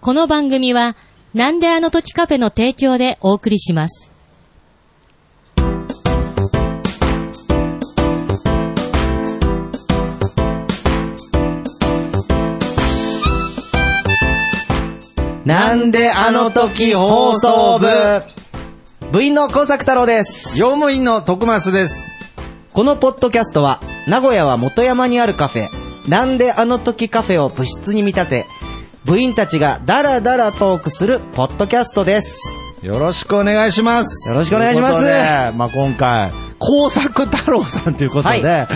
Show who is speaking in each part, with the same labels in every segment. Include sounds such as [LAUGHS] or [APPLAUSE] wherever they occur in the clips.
Speaker 1: この番組は、なんであの時カフェの提供でお送りします。
Speaker 2: なんであの時放送部部員の高作太郎です。
Speaker 3: 用務員の徳松です。
Speaker 2: このポッドキャストは、名古屋は元山にあるカフェ、なんであの時カフェを部室に見立て、部員たちがダラダラトークするポッドキャストです。
Speaker 3: よろしくお願いします。
Speaker 2: よろしくお願いします
Speaker 3: とうことでまあ今回、工作太郎さんということで、
Speaker 2: は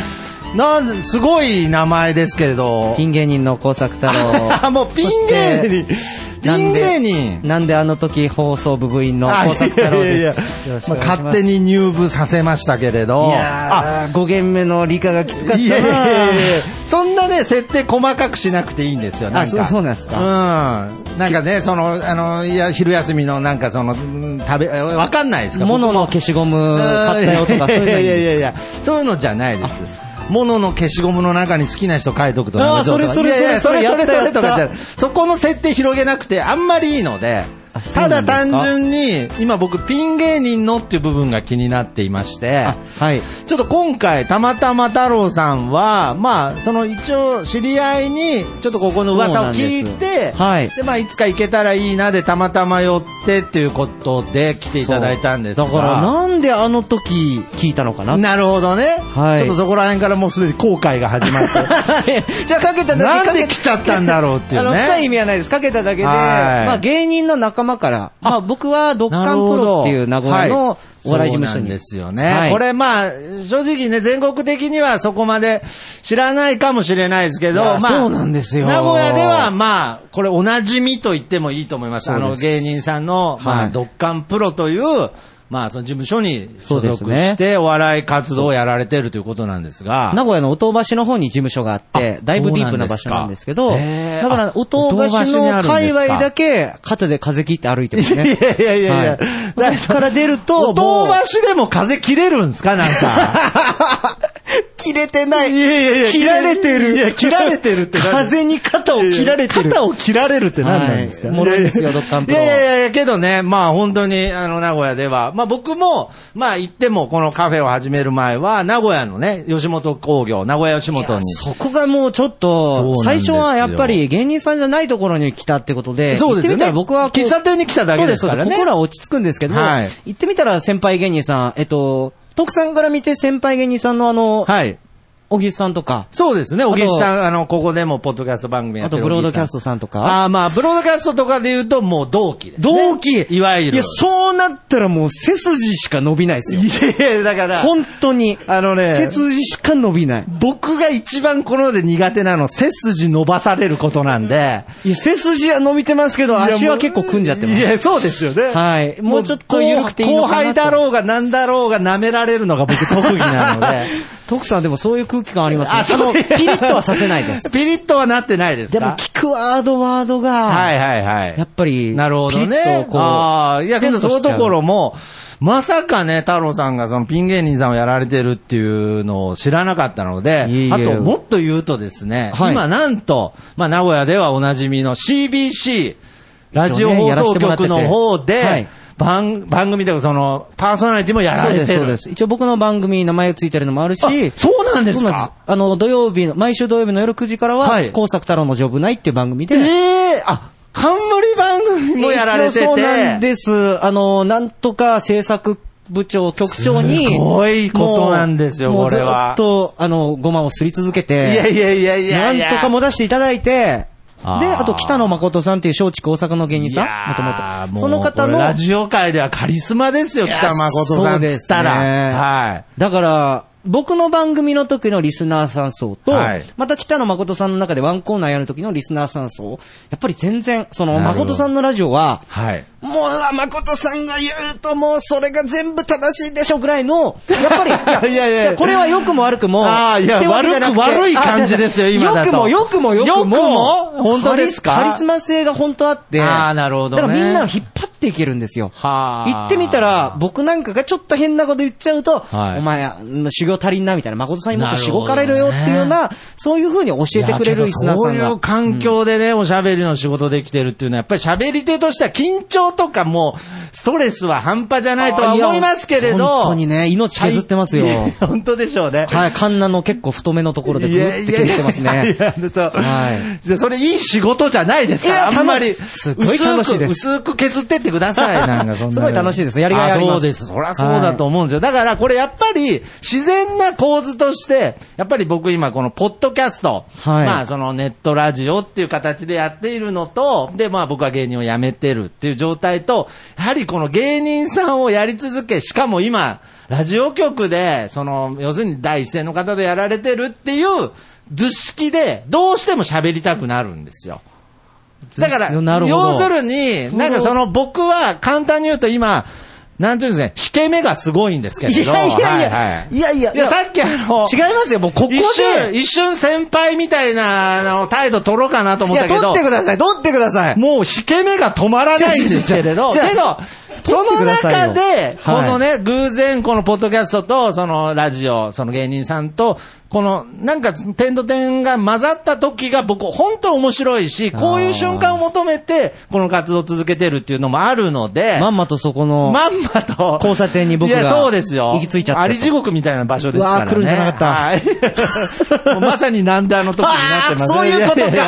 Speaker 3: なん、すごい名前ですけれど。
Speaker 2: ピン芸人の高作太郎。
Speaker 3: [LAUGHS] あ、もうピン芸人。
Speaker 2: な
Speaker 3: ピ
Speaker 2: ん
Speaker 3: ン
Speaker 2: で
Speaker 3: 芸人。
Speaker 2: なんであの時放送部部員の高作太郎です。よろしくお願いしま
Speaker 3: まあ
Speaker 2: す
Speaker 3: 勝手。に入部させましたけれど。
Speaker 2: いやー、5限目の理科がきつかった
Speaker 3: いやいやい
Speaker 2: な
Speaker 3: やいやそんなね、設定細かくしなくていいんですよ、なんか。
Speaker 2: そうそうなんです
Speaker 3: か。うん。なんかね、その、あの、いや、昼休みのなんかその、うん食べ、わかんないですか
Speaker 2: 物の消しゴム買ったよとか、そういうのいいんですか
Speaker 3: [LAUGHS] いやいやいや、そういうのじゃないです。物の消しゴムの中に好きな人書いとくと
Speaker 2: あー
Speaker 3: ちょっと
Speaker 2: それそれ
Speaker 3: いやいや
Speaker 2: そ
Speaker 3: そ
Speaker 2: れ
Speaker 3: れ
Speaker 2: そ
Speaker 3: そ
Speaker 2: れ
Speaker 3: れそれとかじ
Speaker 2: や
Speaker 3: ゃ
Speaker 2: った
Speaker 3: ないそこの設定広げなくてあんまりいいので
Speaker 2: あそうな
Speaker 3: た
Speaker 2: ん
Speaker 3: だ
Speaker 2: ですか
Speaker 3: 単純に今僕ピン芸人のっていう部分が気になっていまして
Speaker 2: あはい。
Speaker 3: ちょっと今回、たまたま太郎さんは、まあ、その一応、知り合いに、ちょっとここの噂を聞い
Speaker 2: そうなんで
Speaker 3: て、
Speaker 2: すはい
Speaker 3: で、まあ、いつか行けたらいいなで、たまたま寄ってっていうことで来ていただいたんですが。
Speaker 2: そうだから、なんであの時聞いたのかな [LAUGHS]
Speaker 3: なるほどね。
Speaker 2: はい
Speaker 3: ちょっとそこら辺からもうすでに後悔が始ま
Speaker 2: [LAUGHS]
Speaker 3: って。
Speaker 2: じゃあかけただけ
Speaker 3: なんで
Speaker 2: かけ
Speaker 3: 来ちゃったんだろうっていうね
Speaker 2: あの、深い意味はないです。かけただけで、
Speaker 3: はい
Speaker 2: まあ芸人の仲間から、まあ僕はドッカン
Speaker 3: なる
Speaker 2: プ
Speaker 3: ほ
Speaker 2: ロ
Speaker 3: ど
Speaker 2: っていう名古屋の
Speaker 3: は
Speaker 2: お笑い事務所
Speaker 3: そう
Speaker 2: に。
Speaker 3: なんですよね。
Speaker 2: はい
Speaker 3: これまあ、正直ね、全国的にはそこまで知らないかもしれないですけど、
Speaker 2: いや
Speaker 3: まあ、
Speaker 2: そうなんですよ
Speaker 3: 名古屋ではまあ、これおなじみと言ってもいいと思います。
Speaker 2: そう
Speaker 3: あ
Speaker 2: です
Speaker 3: の芸人さんの、ま
Speaker 2: は
Speaker 3: あ、
Speaker 2: い
Speaker 3: ドッカンプロという、まあ、その事務所に所属
Speaker 2: そうです
Speaker 3: し
Speaker 2: ね
Speaker 3: て、お笑い活動をやられてるということなんですが。
Speaker 2: 名古屋の音橋の方に事務所があって、
Speaker 3: あ
Speaker 2: だいぶディープな場
Speaker 3: そうなんですか
Speaker 2: 所なんですけど、
Speaker 3: へー
Speaker 2: だから
Speaker 3: あ
Speaker 2: 音橋
Speaker 3: 音橋にあ
Speaker 2: の
Speaker 3: るんですか
Speaker 2: 界隈だけ肩で風切って歩いてますね。
Speaker 3: いやいやいやいや
Speaker 2: はそっから出ると、
Speaker 3: お
Speaker 2: もう
Speaker 3: 遠橋でも風切れるんですかなんか。
Speaker 2: 切れてない。
Speaker 3: いやいやいや
Speaker 2: 切られてる。
Speaker 3: いや切られてるって何
Speaker 2: 風に肩を [LAUGHS] 切られてる。
Speaker 3: 肩を切られるって何なんです
Speaker 2: [LAUGHS]
Speaker 3: か、
Speaker 2: はいもろいですよドッカンプロ
Speaker 3: いやいやいや、けどね、まあ本当に、あの、名古屋では、まあ僕も、まあ行っても、このカフェを始める前は、名古屋のね、吉本興業、名古屋吉
Speaker 2: いや
Speaker 3: 本に。
Speaker 2: そこがもうちょっ
Speaker 3: そうなん
Speaker 2: と、
Speaker 3: ですよ
Speaker 2: 最初はやっぱり芸人さんじゃないところに来たってことで、
Speaker 3: そうですよ
Speaker 2: 行って
Speaker 3: ね
Speaker 2: みたら僕はこう
Speaker 3: 喫茶店に来ただけですからね
Speaker 2: そうです心は落ち着くんですけど、
Speaker 3: はい
Speaker 2: 行ってみたら先輩芸人さん、えっと、徳さんから見て先輩芸人さんのあの、
Speaker 3: はい。
Speaker 2: 小木さんとか、
Speaker 3: そうですね、小木
Speaker 2: あと
Speaker 3: さん、あの、ここでも、ポッドキャスト番組や
Speaker 2: あ
Speaker 3: って
Speaker 2: と
Speaker 3: る
Speaker 2: ブロードキャス
Speaker 3: ト
Speaker 2: トさんとか、
Speaker 3: ああー、まあ、ブロードキャストとかで言うと、もう同期です、ね。
Speaker 2: 同期、
Speaker 3: いわゆる。
Speaker 2: いや、そうなったらもう背筋しか伸びないですよ。
Speaker 3: [LAUGHS] いやいやだから、
Speaker 2: 本当に。
Speaker 3: あのね
Speaker 2: 背筋しか伸びない。
Speaker 3: 僕が一番この世で苦手なの、背筋伸ばされることなんで、
Speaker 2: いや、背筋は伸びてますけど、足は結構組んじゃってます
Speaker 3: い。や、そうですよね。
Speaker 2: はいもうちょっと緩くていいのかなと
Speaker 3: 後輩だろうが何だろうが舐められるのが僕特技なので。
Speaker 2: [LAUGHS] 徳さんでもそういう空気感ありますね。
Speaker 3: あ
Speaker 2: そ
Speaker 3: そ
Speaker 2: の、
Speaker 3: う
Speaker 2: ピリッとはさせない
Speaker 3: [LAUGHS]
Speaker 2: です。
Speaker 3: ピリッとはなってないです
Speaker 2: で
Speaker 3: か
Speaker 2: も聞くワードワードが、
Speaker 3: はいはいはい。
Speaker 2: やっぱり、
Speaker 3: なるほど
Speaker 2: ピリッ
Speaker 3: ね
Speaker 2: と。こう、
Speaker 3: ああ、いや、け
Speaker 2: セ
Speaker 3: どそ
Speaker 2: ッ
Speaker 3: うい
Speaker 2: トし
Speaker 3: う
Speaker 2: ちゃ
Speaker 3: と
Speaker 2: う
Speaker 3: ころも、まさかね、太郎さんがそのピン芸人さんをやられてるっていうのを知らなかったので、
Speaker 2: いえいえ
Speaker 3: あともっと言うとですね、
Speaker 2: はい
Speaker 3: 今なんと、まあ名古屋ではおなじみの CBC、ラジオ放送局の方で、
Speaker 2: はい
Speaker 3: 番番組でそのパーソナリティもやら
Speaker 2: そう
Speaker 3: れ
Speaker 2: で
Speaker 3: て
Speaker 2: す、
Speaker 3: る。
Speaker 2: そうです。一応僕の番組に名前ついてるのもあるし、
Speaker 3: あそうなんです
Speaker 2: そう
Speaker 3: か
Speaker 2: なんあの、土曜日の、毎週土曜日の夜9時からは、
Speaker 3: はい
Speaker 2: 工作太郎のジョブナイっていう番組で、
Speaker 3: ええあ、冠番組もやられてて。
Speaker 2: 一応そうなんです。あの、なんとか制作部長、局長に、
Speaker 3: すごいことなんですよ
Speaker 2: もうもう
Speaker 3: これは
Speaker 2: ずっと、あの、ごまをすり続けて、
Speaker 3: いやいやいやいやいや。
Speaker 2: なんとかも出していただいて、
Speaker 3: あー
Speaker 2: で、あと北野誠さんっていう松竹大阪の芸人
Speaker 3: い
Speaker 2: さ
Speaker 3: や
Speaker 2: ん、
Speaker 3: ー
Speaker 2: もとも
Speaker 3: う
Speaker 2: と。その方
Speaker 3: これ
Speaker 2: の、
Speaker 3: ラジオ界ではカリスマですよ、
Speaker 2: いや
Speaker 3: 北誠さんっつったら。
Speaker 2: そうですね
Speaker 3: はい。
Speaker 2: だから、僕の番組の時のリスナーさん層と、
Speaker 3: はい
Speaker 2: また北野誠さんの中でワンコーナーやる時のリスナーさん層、やっぱり全然、その、
Speaker 3: なるほど
Speaker 2: 誠さんのラジオは、
Speaker 3: はい。
Speaker 2: もう、あ誠さんが言うともうそれが全部正しいでしょぐらいの、やっぱり、
Speaker 3: [LAUGHS] いやいやいや
Speaker 2: これは良くも悪くも、
Speaker 3: ああ、いや、
Speaker 2: ってわけ
Speaker 3: 悪
Speaker 2: じゃな
Speaker 3: く、
Speaker 2: て
Speaker 3: 悪い感じですよ、
Speaker 2: あ違う違う
Speaker 3: 今だと。
Speaker 2: 良くも良くも良くも。
Speaker 3: 良くも本当ですか
Speaker 2: カリスカリスマ性が本当あって。
Speaker 3: あーなるほどね
Speaker 2: だからみんなを引っ張っっていけるんですよ。
Speaker 3: はあ。
Speaker 2: 行ってみたら、僕なんかがちょっと変なこと言っちゃうと、
Speaker 3: はい
Speaker 2: お前、修行足りんな、みたいな、誠さんにもっとしごかれるよっ
Speaker 3: なるほどね
Speaker 2: ていうような、そういう風に教えてくれるリスナーさん
Speaker 3: いやけどそういう
Speaker 2: が。
Speaker 3: 環境でね、おしゃべりの仕事できてるっていうのは、やっぱり喋り手としては緊張とかもう、ストレスは半端じゃないとは思いますけれど。
Speaker 2: 本当にね、命削ってますよ。
Speaker 3: いや [LAUGHS] 本当でしょうね。
Speaker 2: はい、カンナの結構太めのところでぐーって削ってます
Speaker 3: いやいやい
Speaker 2: ね。
Speaker 3: やいやそう
Speaker 2: は
Speaker 3: じゃあそれいい仕事じゃないですか
Speaker 2: いや
Speaker 3: ら、あんまり。
Speaker 2: 楽しいすごい楽しいです
Speaker 3: 薄く薄く削ってってくだ
Speaker 2: [LAUGHS]
Speaker 3: さい、なんかそんな。
Speaker 2: すごい楽しいですやりがいあります
Speaker 3: そうです。そりゃそうだと思うんですよ。だからこれやっぱり、自然な構図として、やっぱり僕今このポッドキャスト、
Speaker 2: はい
Speaker 3: まあそのネットラジオっていう形でやっているのと、でまあ僕は芸人を辞めてるっていう状態と、やはりこの芸人さんをやり続け、しかも今、ラジオ局で、その、要するに第一声の方でやられてるっていう図式で、どうしても喋りたくなるんですよ。だから、
Speaker 2: なるほど
Speaker 3: 要するに、なんかその僕は簡単に言うと今、なんていうんですかね、引け目がすごいんですけれど。
Speaker 2: いやいやいや
Speaker 3: ははい
Speaker 2: やいや
Speaker 3: いや、さっきあの、
Speaker 2: 違いますよ、もうここで。
Speaker 3: 一瞬、一瞬先輩みたいな、あの、態度取ろうかなと思
Speaker 2: い
Speaker 3: った
Speaker 2: や、
Speaker 3: けど。
Speaker 2: 取ってください、取ってください。
Speaker 3: もう引け目が止まらないんですけれど、
Speaker 2: 違う違う違う
Speaker 3: けど、そ
Speaker 2: 撮って
Speaker 3: の
Speaker 2: くださいよ
Speaker 3: 中で、こ
Speaker 2: はい
Speaker 3: のね、偶然このポッドキャストと、そのラジオ、その芸人さんと、この、なんか点と点が混ざった時が僕、本当面白いし、こういう瞬間を求めて、この活動を続けてるっていうのもあるので、
Speaker 2: まんまとそこの、
Speaker 3: まんまと。
Speaker 2: 交差点に僕が
Speaker 3: いや、そうですよ。
Speaker 2: 行き着いちゃった
Speaker 3: あり地獄みたいな場所です
Speaker 2: う
Speaker 3: からね。
Speaker 2: わー来るんじゃなか [LAUGHS]
Speaker 3: った。もうまさになんであの時になってます
Speaker 2: あーそういうことか
Speaker 3: ややや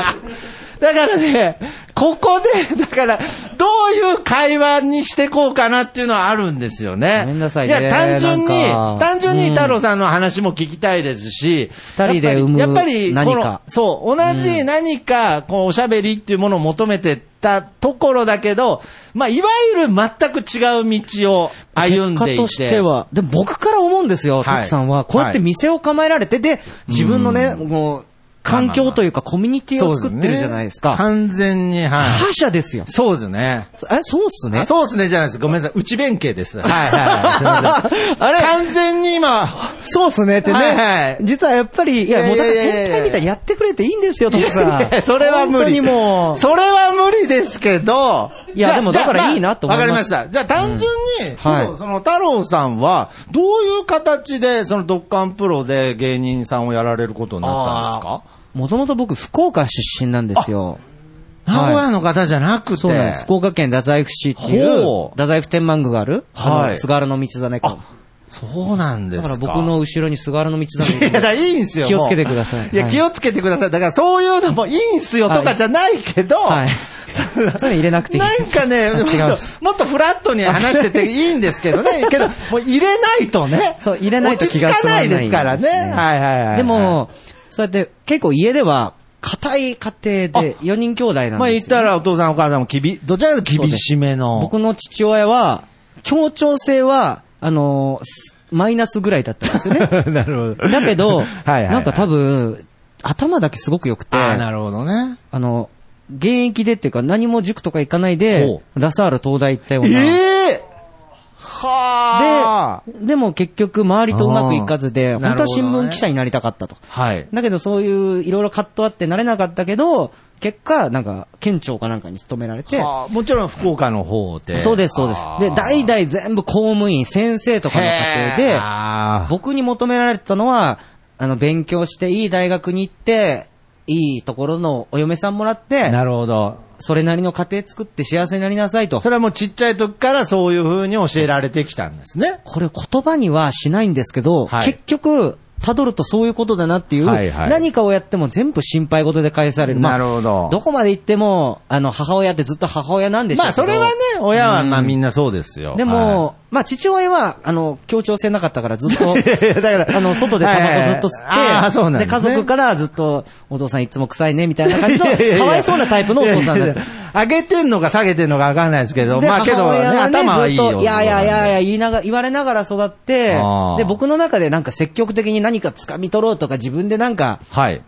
Speaker 3: だからね、ここで、だから、どういう会話にしてこうかなっていうのはあるんですよね。
Speaker 2: ごめんなさいね
Speaker 3: いや、単純に、
Speaker 2: なんか
Speaker 3: 単純に
Speaker 2: うん
Speaker 3: 太郎さんの話も聞きたいですし、
Speaker 2: 二人で生む
Speaker 3: やっぱり、やっぱりこ
Speaker 2: 何
Speaker 3: の
Speaker 2: か
Speaker 3: そう、同じ何か、こう、おしゃべりっていうものを求めてたところだけど、まあ、いわゆる全く違う道を歩んでいて。
Speaker 2: 結果としては、でも僕から思うんですよ、
Speaker 3: はい
Speaker 2: 徳さんは。こうやって店を構えられて、で、自分のね、もう、環境というかコミュニティを作ってるじゃないですか。
Speaker 3: そうね完全に、はい。
Speaker 2: 他者ですよ。
Speaker 3: [LAUGHS] そうですね。
Speaker 2: え、そうっすね
Speaker 3: あ。そうですね、じゃないです。ごめんなさい。内弁慶です。はいはい [LAUGHS] はい
Speaker 2: [LAUGHS]
Speaker 3: すいません。
Speaker 2: あれ
Speaker 3: 完全に今、
Speaker 2: そうっすねってね。
Speaker 3: はいはい
Speaker 2: 実はやっぱり、いや、もうだから
Speaker 3: いやいやいやいや
Speaker 2: 先輩みたいにやってくれていいんですよ、徳さん。
Speaker 3: [LAUGHS] それは無
Speaker 2: 本
Speaker 3: 理。
Speaker 2: 当にもう。
Speaker 3: それは無理ですけど。
Speaker 2: いや
Speaker 3: じゃあ
Speaker 2: でも
Speaker 3: じゃあ
Speaker 2: だからいいなと思い
Speaker 3: わ
Speaker 2: ま
Speaker 3: か
Speaker 2: す
Speaker 3: りました。じゃあ単純に、
Speaker 2: はい
Speaker 3: そうその太郎さんは、どういう形で、そのドッカンプロで芸人さんをやられることになったんですか
Speaker 2: もともと僕、福岡出身なんですよ。
Speaker 3: 名古屋の方じゃなくて。
Speaker 2: そうなんです。福岡県太宰府市っていう
Speaker 3: ほ、う
Speaker 2: 太宰府天満宮がある、
Speaker 3: はい
Speaker 2: あの菅原の道真公。
Speaker 3: そうなんです
Speaker 2: だ
Speaker 3: か。
Speaker 2: から僕の後ろに菅原の道
Speaker 3: いや、
Speaker 2: 真
Speaker 3: だか
Speaker 2: 公。
Speaker 3: らいいんすよ。
Speaker 2: 気をつけて
Speaker 3: もう
Speaker 2: ください
Speaker 3: いや、
Speaker 2: はい
Speaker 3: 気をつけてください。だからそういうのもいいんすよとかじゃないけど、
Speaker 2: はい。 [LAUGHS] そういうの入れなくていい。
Speaker 3: なんかね、も
Speaker 2: 違う
Speaker 3: っ
Speaker 2: んで
Speaker 3: ともっとフラットに話してていいんですけど
Speaker 2: [LAUGHS]
Speaker 3: ね。けど、もう入れないとね。
Speaker 2: そう入れないと気が
Speaker 3: 落ち着かない
Speaker 2: 済ま
Speaker 3: で
Speaker 2: ないんですすね
Speaker 3: からね。はいはいはい。
Speaker 2: で、も、そうやって結構家では、固い家庭で4人兄弟なんですよ。
Speaker 3: まあ言ったらお父さんお母さんも厳び、どちらかというと厳しめの。
Speaker 2: 僕の父親は、協調性は、あのーすマイナスぐらいだったんですよ
Speaker 3: [LAUGHS]
Speaker 2: ね。
Speaker 3: [LAUGHS] なるほど
Speaker 2: だけど、
Speaker 3: はいはいはい
Speaker 2: なんか多分、頭だけすごく良くて、
Speaker 3: ああ、
Speaker 2: あ
Speaker 3: なるほどね。
Speaker 2: の、現役でっていうか何も塾とか行かないで
Speaker 3: ほ、
Speaker 2: ラサール東大行ったよう
Speaker 3: え
Speaker 2: な。
Speaker 3: えはあ。
Speaker 2: で、でも結局周りとうまくいかずで、
Speaker 3: あーな
Speaker 2: 本当
Speaker 3: るほどね
Speaker 2: は新聞記者になりたかったと。
Speaker 3: はい。
Speaker 2: だけどそういういろいろ葛藤あってなれなかったけど、結果、なんか、県庁かなんかに勤められて、
Speaker 3: はあもちろん福岡の方で。
Speaker 2: そうです、そうです
Speaker 3: あ。
Speaker 2: で、
Speaker 3: ー
Speaker 2: 代々全部公務員、先生とかの家庭
Speaker 3: へ
Speaker 2: で
Speaker 3: ー、あー
Speaker 2: 僕に求められてたのは、あの、勉強して、いい大学に行って、いいところのお嫁さんもらって、
Speaker 3: なるほど。
Speaker 2: それなりの家庭作って幸せになりなさいと
Speaker 3: そ。れはもうちっちゃい時からそういう風に教えられてきたんですね。
Speaker 2: これ言葉にはしないんですけど、
Speaker 3: はい
Speaker 2: 結局、たどるとそういうことだなっていう、
Speaker 3: はいはい
Speaker 2: 何かをやっても全部心配事で返される。まあ
Speaker 3: なるほど
Speaker 2: どこまで行っても、あの、母親ってずっと母親なんでしょう
Speaker 3: まあ
Speaker 2: けど
Speaker 3: それはね、親はまあみんなそうですよ。
Speaker 2: でも、
Speaker 3: は
Speaker 2: まあ父親は、あの、協調性なかったからずっと、
Speaker 3: [LAUGHS] い、だから、
Speaker 2: あの、外でタバコずっと吸って、
Speaker 3: はいはいはいああ、そうなんです、ね。
Speaker 2: 家族からずっと、お父さんいつも臭いね、みたいな感じの、
Speaker 3: いやいやいや
Speaker 2: かわいそうなタイプのお父さん
Speaker 3: い
Speaker 2: だっ
Speaker 3: やい [LAUGHS] やい
Speaker 2: た
Speaker 3: や。上げてんのか下げてんのかわかんないですけど、
Speaker 2: で
Speaker 3: まあけどね、
Speaker 2: 母親は
Speaker 3: 頭はいい
Speaker 2: ずっ
Speaker 3: よ。
Speaker 2: といやいやいやいや言いなが言われながら育って
Speaker 3: あー、
Speaker 2: で、僕の中でなんか積極的に何か掴み取ろうとか、自分でなんか、
Speaker 3: はい。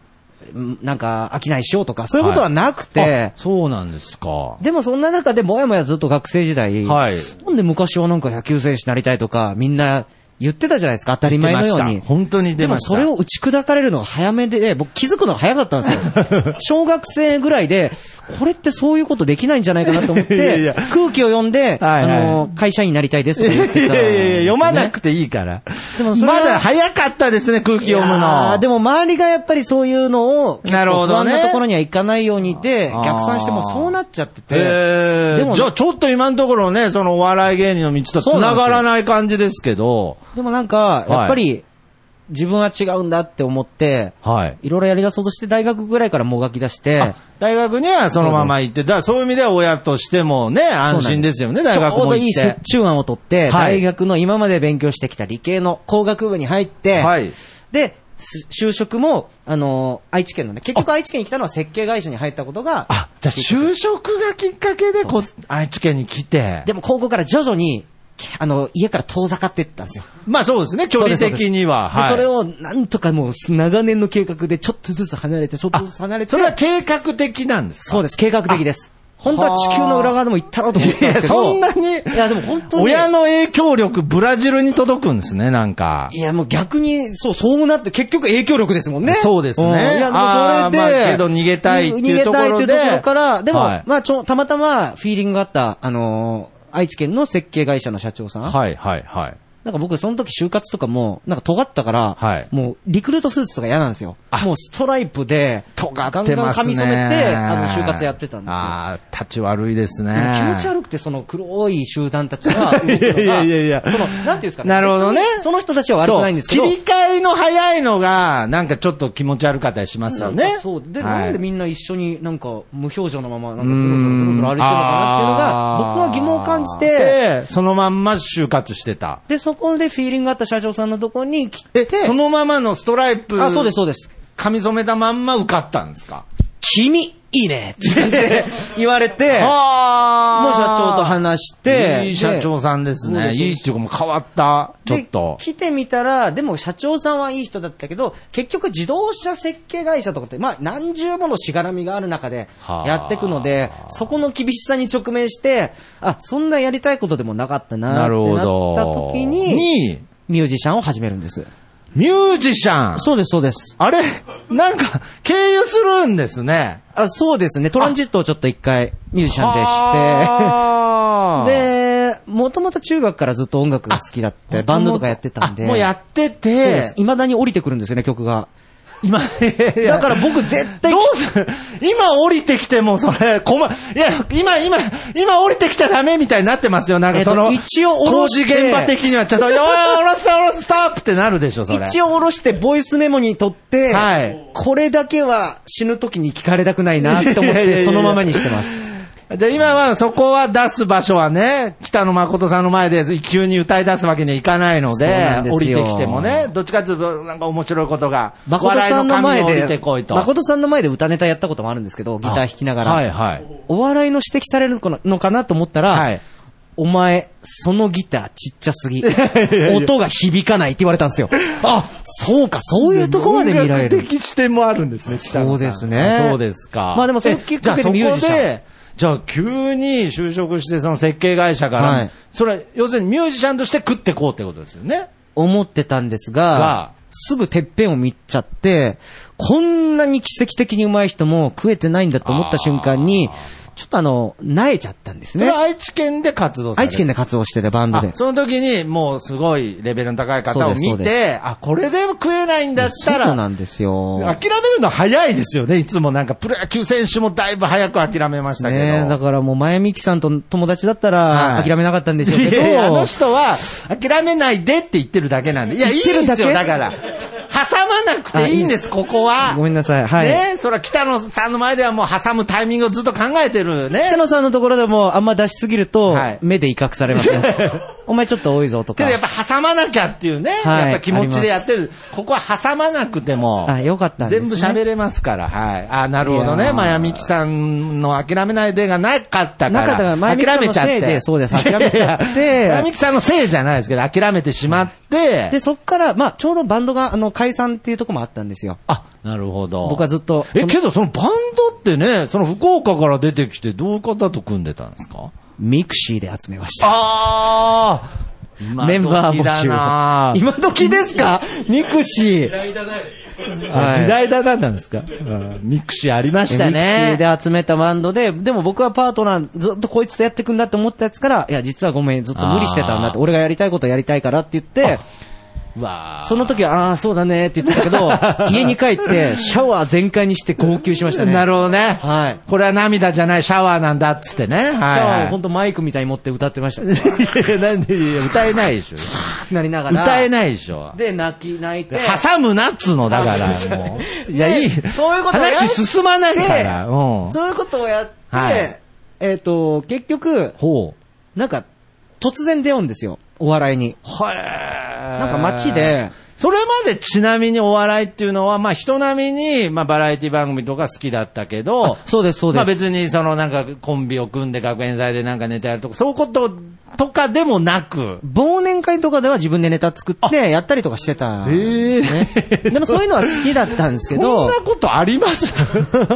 Speaker 2: うんなんか飽きないしようとか、そういうことはなくて、
Speaker 3: あそうなんですか。
Speaker 2: でもそんな中でもやもやずっと学生時代、
Speaker 3: はい
Speaker 2: なんで昔はなんか野球選手になりたいとか、みんな言ってたじゃないですか、当たり前のよう
Speaker 3: 言って
Speaker 2: に
Speaker 3: ました。本当に言って
Speaker 2: でも
Speaker 3: ました
Speaker 2: それを打ち砕かれるのが早めで、僕気づくのが早かったんです
Speaker 3: [LAUGHS]
Speaker 2: よ。小学生ぐらいで、これってそういうことできないんじゃないかなと思っ
Speaker 3: いやい
Speaker 2: て
Speaker 3: や、
Speaker 2: 空気を読んで、
Speaker 3: はいはい
Speaker 2: あの、会社員になりたいですとか
Speaker 3: い
Speaker 2: 言ってたんですよね、
Speaker 3: やいやいや、読まなくていいから。
Speaker 2: でもそれは
Speaker 3: まだ早かったですね、空気読む
Speaker 2: あ
Speaker 3: の。
Speaker 2: ーでも周りがやっぱりそういうのを、
Speaker 3: なるほ
Speaker 2: 結構不
Speaker 3: どね
Speaker 2: 安なところには行かないようにで、
Speaker 3: あー
Speaker 2: 逆算してもうそうなっちゃってて、
Speaker 3: え
Speaker 2: で
Speaker 3: で
Speaker 2: も
Speaker 3: もじゃあちょっと今のところね、そのお笑い芸人の道と
Speaker 2: そうなん
Speaker 3: 繋
Speaker 2: ですよ
Speaker 3: がらない感じですけど、
Speaker 2: でもなんか、やっぱり、自分は違うんだって思って、
Speaker 3: はい。
Speaker 2: いろいろやりだそうとして大学ぐらいからもがき出して
Speaker 3: あ、大学にはそのまま行って、だからそういう意味では親としてもね、安心ですよね、大学
Speaker 2: ちょう
Speaker 3: も
Speaker 2: ど
Speaker 3: 行
Speaker 2: いい
Speaker 3: っ
Speaker 2: 折
Speaker 3: て。
Speaker 2: 衷案を取って、
Speaker 3: はい
Speaker 2: 大学の今まで勉強してきた理系の工学部に入って、
Speaker 3: はい。
Speaker 2: で、し就職も、あのー愛知県のね、結局愛知県に来たのは設計会社に入ったことが、
Speaker 3: あ、じゃあ就職がきっかけでこ、愛知県に来て。
Speaker 2: でも高校から徐々に、あの、家から遠ざかっていったんですよ。
Speaker 3: まあそうですね、距離的には。
Speaker 2: で、
Speaker 3: はい
Speaker 2: それをなんとかもう、長年の計画でちょっとずつ離れて、ちょっとずつ離れて。
Speaker 3: それは計画的なんですか
Speaker 2: そうです、計画的です。本当は地球の裏側でも行ったろうと思ったんですけど。
Speaker 3: いやそんなに
Speaker 2: いや、でも本当に。
Speaker 3: 親の影響力、ブラジルに届くんですね、なんか
Speaker 2: い。や、もう逆に、そう、そうなって、結局影響力ですもんね。
Speaker 3: そうですね
Speaker 2: んいや、で
Speaker 3: あ
Speaker 2: も
Speaker 3: ー
Speaker 2: それで、
Speaker 3: まあけど逃げたいっていうところ
Speaker 2: 逃げた
Speaker 3: で
Speaker 2: いっていうところから、でも、
Speaker 3: はい
Speaker 2: まあ、ちょ、たまたま、フィーリングがあった、あのー愛知県の設計会社の社長さん。
Speaker 3: はい、はい、はい。
Speaker 2: なんか僕、その時就活とかも、なんか尖ったから、
Speaker 3: はい
Speaker 2: もう、リクルートスーツとか嫌なんですよ。
Speaker 3: あ
Speaker 2: もう、ストライプで、
Speaker 3: 尖っ
Speaker 2: ガン
Speaker 3: て
Speaker 2: ガン
Speaker 3: ます
Speaker 2: 髪
Speaker 3: ね。
Speaker 2: 染めて、あの、就活やってたんですよ。
Speaker 3: ああ、立ち悪いですね。
Speaker 2: でも気持ち悪くて、その黒い集団たちが動くのが、
Speaker 3: [LAUGHS] いやいやいや
Speaker 2: その、なんていうんですかね。
Speaker 3: なるほどね
Speaker 2: 別にその人たちは悪
Speaker 3: そ
Speaker 2: く
Speaker 3: う
Speaker 2: ないんですけど。
Speaker 3: 切り替えの早いのが、なんかちょっと気持ち悪かったりしますよ
Speaker 2: なん
Speaker 3: ね
Speaker 2: か。そう。で、
Speaker 3: はい
Speaker 2: なんでみんな一緒になんか無表情のまま、なんかそろそろそろそろ歩いてるのかなっていうのが、
Speaker 3: うん
Speaker 2: 僕は疑問を感じて、
Speaker 3: で、そのまんま就活してた。
Speaker 2: で、そこでフィーリングがあった社長さんのとこに来
Speaker 3: え
Speaker 2: て、、
Speaker 3: そのままのストライプ、
Speaker 2: あ、そうです、そうです。
Speaker 3: 髪染めたまんま受かったんですか
Speaker 2: 君、いいねって感じで [LAUGHS] 言われて、
Speaker 3: は
Speaker 2: もう社長と話して、
Speaker 3: いい社長さんです
Speaker 2: そう
Speaker 3: ね。
Speaker 2: です
Speaker 3: いいっていうかもう変わった。ちょっと
Speaker 2: で。来てみたら、でも社長さんはいい人だったけど、結局自動車設計会社とかって、まあ何重ものしがらみがある中で
Speaker 3: はあ
Speaker 2: やっていくので、そこの厳しさに直面して、あ、そんなやりたいことでもなかったなってなった時に、
Speaker 3: に、
Speaker 2: ミュージシャンを始めるんです。
Speaker 3: ミュージシャン。
Speaker 2: そうです、そうです。
Speaker 3: あれなんか、経由するんですね。
Speaker 2: あ、そうですね。トランジットをちょっと一回ミュージシャンでして、
Speaker 3: はあ
Speaker 2: で、もともと中学からずっと音楽が好きだって、バンドとかやってたんで、
Speaker 3: あもうやって
Speaker 2: そうで
Speaker 3: て
Speaker 2: す。、未だに降りてくるんですよね、曲が。
Speaker 3: 今、
Speaker 2: だ
Speaker 3: だ
Speaker 2: から僕絶対
Speaker 3: どうする今降りてきてもそれ、困、いや、今、今、今降りてきちゃダメみたいになってますよ。なん
Speaker 2: え
Speaker 3: か
Speaker 2: っと
Speaker 3: その、
Speaker 2: 一応降ろ
Speaker 3: 工
Speaker 2: し
Speaker 3: 事
Speaker 2: て
Speaker 3: 現場的にはちょっと、おいおい、降ろす、降ろす、ストップってなるでしょ、それ。
Speaker 2: 一応下ろして、ボイスメモに取って、
Speaker 3: はい
Speaker 2: これだけは死ぬ時に聞かれたくないなと思っ
Speaker 3: いやいやい
Speaker 2: て、
Speaker 3: や
Speaker 2: そのままにしてます。
Speaker 3: じゃあ今は、そこは出す場所はね、北野誠さんの前で急に歌い出すわけにはいかないの
Speaker 2: そ
Speaker 3: で、
Speaker 2: うなんです
Speaker 3: 降り
Speaker 2: よ
Speaker 3: てきてもね、どっちかっていうと、なんか面白いことが、
Speaker 2: 誠
Speaker 3: 笑い
Speaker 2: さんの前
Speaker 3: 神を降り
Speaker 2: で
Speaker 3: てこい、と。
Speaker 2: 誠さんの前で歌ネタやったこともあるんですけど、ギター弾きながら。
Speaker 3: はいはい。
Speaker 2: お笑いの指摘されるのかなと思ったら、
Speaker 3: はい。
Speaker 2: お前、そのギターちっちゃすぎ。音が響かないって言われたんですよ。あ、そうか、そういうとこまで見られ
Speaker 3: 音
Speaker 2: る
Speaker 3: 楽。的視点もあるんですね、北野さん
Speaker 2: そうですね
Speaker 3: あそうですか。
Speaker 2: まあでもそれきっかけで
Speaker 3: えじゃあ
Speaker 2: ミュージシャン
Speaker 3: そこでじゃあ急に就職して、その設計会社から、
Speaker 2: はい
Speaker 3: それは要するにミュージシャンとして食ってこうってことですよね。
Speaker 2: 思ってたんですが
Speaker 3: が、
Speaker 2: すぐてっぺんを見ちゃって、こんなに奇跡的にうまい人も食えてないんだと思った瞬間に
Speaker 3: あ、
Speaker 2: ちょっとあの、萎えちゃったんです
Speaker 3: それ
Speaker 2: ね
Speaker 3: は。愛知県で活動され
Speaker 2: 愛
Speaker 3: て
Speaker 2: 知県で活動してて、バンドで
Speaker 3: あ。その時に、もうすごいレベルの高い方を
Speaker 2: そう
Speaker 3: 見
Speaker 2: で
Speaker 3: て、あ、これでも食えないんだった
Speaker 2: そうな
Speaker 3: ら、
Speaker 2: んですよ。
Speaker 3: 諦めるの早いですよね。いつもなんか、プロ野球選手もだいぶ早く諦めましたけど。
Speaker 2: ねだからもう、前みきさんと友達だったら
Speaker 3: は、い
Speaker 2: 諦めなかったんでしょうけ
Speaker 3: い
Speaker 2: ど、
Speaker 3: やいやあの人は、諦めないでって言ってるだけなんで。いや、いい
Speaker 2: 言
Speaker 3: ん
Speaker 2: ってるだけ
Speaker 3: ですよ、だから。挟まなくていいんです、ここは。
Speaker 2: ごめんなさい。はい。
Speaker 3: ねそれは北野さんの前ではもう挟むタイミングをずっと考えてるね。
Speaker 2: 北野さんのところでも、あんま出しすぎると
Speaker 3: はい、
Speaker 2: 目で威嚇されます
Speaker 3: [LAUGHS]
Speaker 2: ね。お前ちょっと多いぞと
Speaker 3: け
Speaker 2: か
Speaker 3: ど。やっぱ挟まなきゃっていうね、
Speaker 2: はい
Speaker 3: やっぱ気持ちでやってる。ここは挟まなくても。
Speaker 2: あ、よかったんです
Speaker 3: 全
Speaker 2: ね
Speaker 3: 部喋れますから、はい。あ、なるほど
Speaker 2: いや
Speaker 3: ね。
Speaker 2: ー
Speaker 3: まやみきさんの諦めないでがなかったから。
Speaker 2: なかったからまやみきさんの
Speaker 3: 諦めちゃっ
Speaker 2: せい
Speaker 3: て。
Speaker 2: でそうです諦めちゃって
Speaker 3: [LAUGHS] いやいやまやみきさんのせいじゃないですけど、諦めてしまって。
Speaker 2: で、そっから、まあ、ちょうどバンドが、あの、解散っていうとこもあったんですよ。
Speaker 3: あ、なるほど。
Speaker 2: 僕はずっと
Speaker 3: え、けどそのバンドってね、その福岡から出てきて、どういう方と組んでたんですか
Speaker 2: ミクシーで集めました。
Speaker 3: ああ今
Speaker 2: メンバー募集
Speaker 3: 時だな。
Speaker 2: 今時ですかミクシー。はい
Speaker 3: 時代だなんなんですか、うんミクシーありました
Speaker 2: ミクシ
Speaker 3: ね。
Speaker 2: ーで集めたバンドで、でも僕はパートナー、ずっとこいつとやってくんだって思ったやつから、いや、実はごめん、ずっと無理してたんだって、
Speaker 3: あー
Speaker 2: 俺がやりたいことやりたいからって言って、
Speaker 3: うわー
Speaker 2: その時は、ああー、そうだねって言ってた [LAUGHS] けど、家に帰って、シャワー全開にして号泣しましたね。
Speaker 3: なるほどね。
Speaker 2: はい
Speaker 3: これは涙じゃない、シャワーなんだっつってね。はい、はい。
Speaker 2: シャワーをほんとマイクみたいに持って歌ってました。
Speaker 3: いやなんで、いや歌えないでしょ。
Speaker 2: なりながら。
Speaker 3: 歌えないでしょ。
Speaker 2: で、泣き泣いて。
Speaker 3: 挟むなっつうの、だから、もう。いや、いい。
Speaker 2: そういうことをやって
Speaker 3: 話進まないから。うん。
Speaker 2: そういうことをやって、
Speaker 3: はい
Speaker 2: えっ、と、結局、
Speaker 3: ほう。
Speaker 2: なんか、突然出会うんですよ。お笑いに。
Speaker 3: はい。
Speaker 2: なんか街で、
Speaker 3: それまでちなみにお笑いっていうのは、まあ人並みに、まあバラエティ番組とか好きだったけど、
Speaker 2: そうです、そうです。
Speaker 3: まあ別にそのなんかコンビを組んで学園祭でなんかネタやるとか、そういうこととかでもなく、
Speaker 2: 忘年会とかでは自分でネタ作ってやったりとかしてたんですね。
Speaker 3: ええ
Speaker 2: でもそういうのは好きだったんですけ
Speaker 3: そん
Speaker 2: ど
Speaker 3: な、ことあります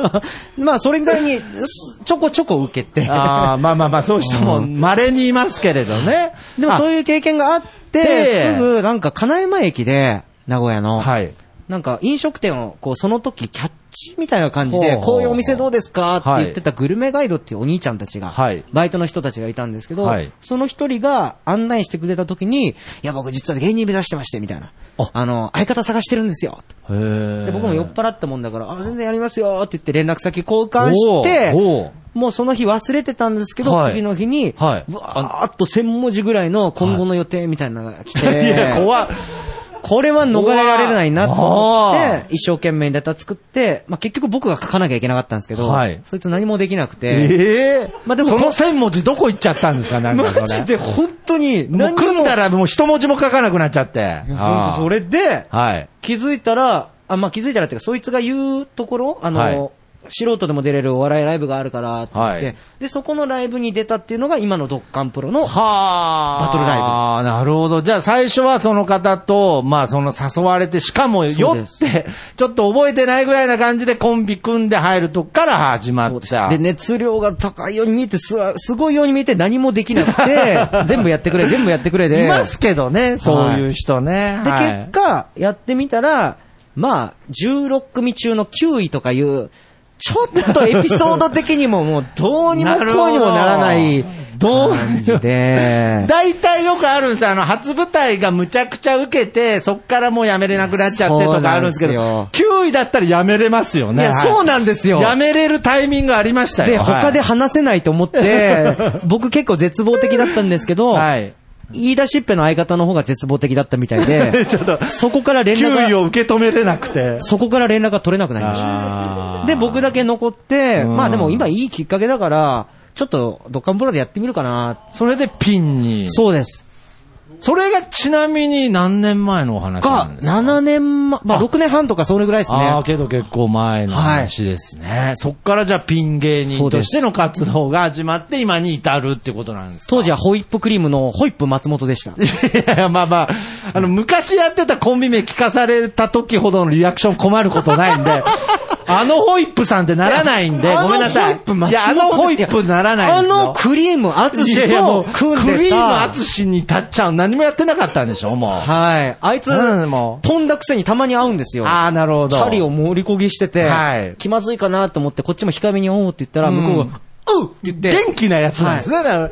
Speaker 2: [LAUGHS] まあそれ以外にすちょこちょこ受けて、
Speaker 3: ああ、まあまあまあ、そういう人も稀にいますけれどね。
Speaker 2: でもそういう経験があっ
Speaker 3: で
Speaker 2: て、すぐなんか金山駅で、名古屋
Speaker 3: あ
Speaker 2: の、
Speaker 3: はい。
Speaker 2: なんか飲食店をこうその時キャッチみたいな感じ
Speaker 3: ほうほ
Speaker 2: で、
Speaker 3: う
Speaker 2: こういうお店どうですかって言ってたグルメガイドっていうお兄ちゃんたちが
Speaker 3: はい、
Speaker 2: バイトの人たちがいたんですけど
Speaker 3: はい、
Speaker 2: その一人が案内してくれた時に、いや僕実は芸人目指してましてみたいな
Speaker 3: あ、
Speaker 2: あの、相方探してるんですよ。
Speaker 3: へ
Speaker 2: で僕も酔っ払ったもんだから、あ、全然やりますよって言って連絡先交換して
Speaker 3: おうおう、
Speaker 2: もうその日忘れてたんですけど、
Speaker 3: はい
Speaker 2: 次の日に、
Speaker 3: はいう
Speaker 2: わーっと1000文字ぐらいの今後の予定みたいなのが来て、
Speaker 3: [LAUGHS] いや、怖っ。
Speaker 2: これは逃れられないなと思
Speaker 3: 怖い
Speaker 2: って、一生懸命ネタ作って、まあ結局僕が書かなきゃいけなかったんですけど、
Speaker 3: はい
Speaker 2: そいつ何もできなくて、
Speaker 3: ええ
Speaker 2: まあでも
Speaker 3: その千文字どこ行っちゃったんですか、なんか
Speaker 2: [LAUGHS] マ
Speaker 3: これ。
Speaker 2: ジで本当に
Speaker 3: もう
Speaker 2: 何に
Speaker 3: 組ん
Speaker 2: も、
Speaker 3: だらもう一文字も書かなくなっちゃって。
Speaker 2: 本当それで、
Speaker 3: ああはい。
Speaker 2: 気づいたら、あ、まあ気づいたらっていうか、そいつが言うところ、あの、
Speaker 3: はい
Speaker 2: 素人でも出れるお笑いライブがあるからって言って、
Speaker 3: はい
Speaker 2: で、そこのライブに出たっていうのが今のドッカンプロの、
Speaker 3: はあ。
Speaker 2: バトルライブ
Speaker 3: ああ、なるほど。じゃあ最初はその方と、まあその誘われて、しかも酔
Speaker 2: そう
Speaker 3: っ
Speaker 2: で
Speaker 3: て、ちょっと覚えてないぐらいな感じでコンビ組んで入るとこから始まった。
Speaker 2: で、熱量が高いように見えて、す、すごいように見えて何もできなくて、全部やってくれ、全部やってくれで。
Speaker 3: いますけどね、そういう人ね。
Speaker 2: で、
Speaker 3: はい
Speaker 2: 結果、やってみたら、まあ、16組中の9位とかいう、ちょっとエピソード的にももうどうにもこうにもならない
Speaker 3: どう
Speaker 2: 感じ [LAUGHS] で、
Speaker 3: 大体よくあるんですよ。あの、初舞台がむちゃくちゃ受けて、そっからもうやめれなくなっちゃってとかあるんですけ
Speaker 2: そうな
Speaker 3: ど
Speaker 2: ん、
Speaker 3: 9位だったらやめれますよ
Speaker 2: い
Speaker 3: ね。
Speaker 2: や、そうなんですよ。
Speaker 3: やめれるタイミングありましたよ。
Speaker 2: で、
Speaker 3: はい
Speaker 2: 他で話せないと思って、 [LAUGHS] 僕結構絶望的だったんですけど、
Speaker 3: はい。
Speaker 2: 言い出しっぺの相方の方が絶望的だったみたい [LAUGHS] で、
Speaker 3: [LAUGHS] ちょっと、
Speaker 2: そこから連絡
Speaker 3: 9位
Speaker 2: が、
Speaker 3: を受け止めれなくて。
Speaker 2: そこから連絡が取れなくなりました。で、僕だ
Speaker 3: け。
Speaker 2: け残って、
Speaker 3: うん
Speaker 2: まあでも今いいきっかけだから、ちょっとドッカンブラでやってみるかな。
Speaker 3: それでピンに。
Speaker 2: そうです。
Speaker 3: それがちなみに何年前のお話な
Speaker 2: が、
Speaker 3: んですか
Speaker 2: 7年ま、まあ
Speaker 3: あ
Speaker 2: 6年半とかそれぐらいです
Speaker 3: ああ、
Speaker 2: ね。
Speaker 3: けど結構前の話ですね。そっからじゃあピン芸人としての活動が始まって今に至るってことなんですか
Speaker 2: 当時はホイップクリームのホイップ松本でした。
Speaker 3: いやいや、まあまあ、あの、昔やってたコンビ名聞かされた時ほどのリアクション困ることない
Speaker 2: [LAUGHS]
Speaker 3: んで、あのホイップさんってならないん
Speaker 2: い
Speaker 3: で、
Speaker 2: や
Speaker 3: ごめんなさい。
Speaker 2: あのホイップ松本
Speaker 3: いや、あのホイップならない
Speaker 2: あ
Speaker 3: んですよ。
Speaker 2: のクリーム
Speaker 3: いや
Speaker 2: 淳
Speaker 3: いやもう
Speaker 2: と組ん
Speaker 3: ク
Speaker 2: で
Speaker 3: リーム
Speaker 2: た。
Speaker 3: 淳に立っちゃう。何もやってなかったんでしょ、もう。
Speaker 2: はい。あいつ、
Speaker 3: うんもう
Speaker 2: 飛んだくせにたまに会うんですよ。
Speaker 3: ああ、なるほど。
Speaker 2: チャリを盛りこぎしてて、
Speaker 3: はい
Speaker 2: 気まずいかなと思って、こっちも控えめにおうって言ったら、
Speaker 3: うん
Speaker 2: 向こうが、うっって言って、
Speaker 3: 元気なやつなんですね。だから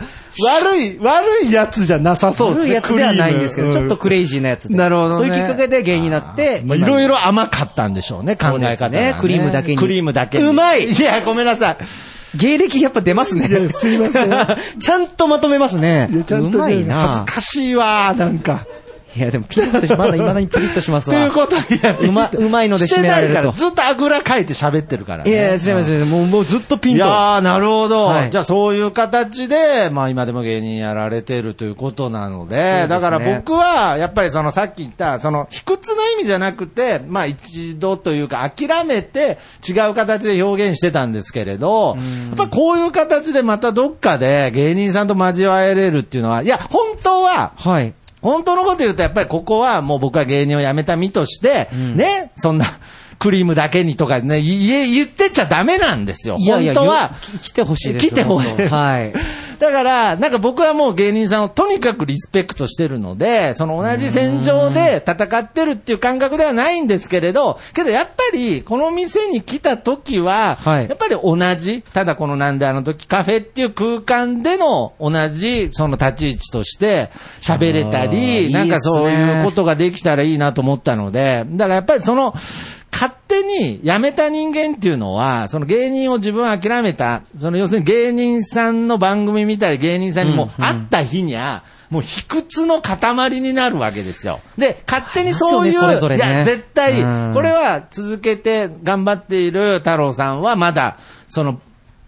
Speaker 3: 悪い、悪いやつじゃなさそうですね
Speaker 2: 古いやつではないんですけど、
Speaker 3: ク
Speaker 2: ち
Speaker 3: リ
Speaker 2: ょ
Speaker 3: ー
Speaker 2: っ
Speaker 3: ム
Speaker 2: とクレイジーなやつで。
Speaker 3: なるほどね
Speaker 2: そういうきっかけで芸人になって、
Speaker 3: まあ、いろいろ甘かったんでしょうね、考え方が、
Speaker 2: そうですねクリームだけに
Speaker 3: クリームだけに
Speaker 2: うまい
Speaker 3: いや、ごめんなさい。
Speaker 2: 芸歴やっぱ出ますね。
Speaker 3: すいません
Speaker 2: [LAUGHS] ちゃんとまとめますね。
Speaker 3: いやちゃんとね
Speaker 2: うまいな
Speaker 3: 恥ずかしいわ、なんか。
Speaker 2: いや、でもピリッとし、まだ未だにピリッとします
Speaker 3: [LAUGHS] という
Speaker 2: わ。
Speaker 3: ことで、や
Speaker 2: うまうまいので
Speaker 3: し
Speaker 2: 締
Speaker 3: て
Speaker 2: めら
Speaker 3: な
Speaker 2: れ
Speaker 3: い
Speaker 2: ると
Speaker 3: から、ずっとあぐらかいて喋ってるから
Speaker 2: い
Speaker 3: ね。
Speaker 2: やいや、違います、違います。もう、もうずっとピン
Speaker 3: い
Speaker 2: と。
Speaker 3: やー、なるほど。
Speaker 2: はい
Speaker 3: じゃあ、そういう形で、まあ、今でも芸人やられてるということなので、だから僕は、やっぱりその、さっき言った、その、卑屈な意味じゃなくて、まあ、一度というか、諦めて、違う形で表現してたんですけれど、やっぱこういう形でまたどっかで芸人さんと交われるっていうのは、いや、本当は、
Speaker 2: はい。
Speaker 3: 本当のこと言うと、やっぱりここはもう僕は芸人を辞めた身として、
Speaker 2: ん
Speaker 3: ね、そんな、クリームだけにとかね、言え、言ってちゃダメなんですよ。
Speaker 2: いやいや、
Speaker 3: 本当は
Speaker 2: よ。来てほしいです。
Speaker 3: 来てほしい
Speaker 2: 本当はい。
Speaker 3: だ [LAUGHS] だから、なんか僕はもう芸人さんをとにかくリスペクトしてるので、その同じ戦場で戦ってるっていう感覚ではないんですけれど、けどやっぱり、この店に来た時は、
Speaker 2: はい
Speaker 3: やっぱり同じ、ただこのなんであの時カフェっていう空間での同じ、その立ち位置として喋れたり、
Speaker 2: あー
Speaker 3: なんかそう
Speaker 2: いいっす
Speaker 3: いう
Speaker 2: ね
Speaker 3: ことができたらいいなと思ったので、だからやっぱりその、勝手に辞めた人間っていうのは、その芸人を自分は諦めた、その要するに芸人さんの番組見たり芸人さんにも会った日にゃ、もう卑屈の塊になるわけですよ。で、勝手にそうい
Speaker 2: あり
Speaker 3: う、
Speaker 2: ますよねそれぞれね
Speaker 3: いや、絶対
Speaker 2: う、ん
Speaker 3: これは続けて頑張っている太郎さんはまだ、その、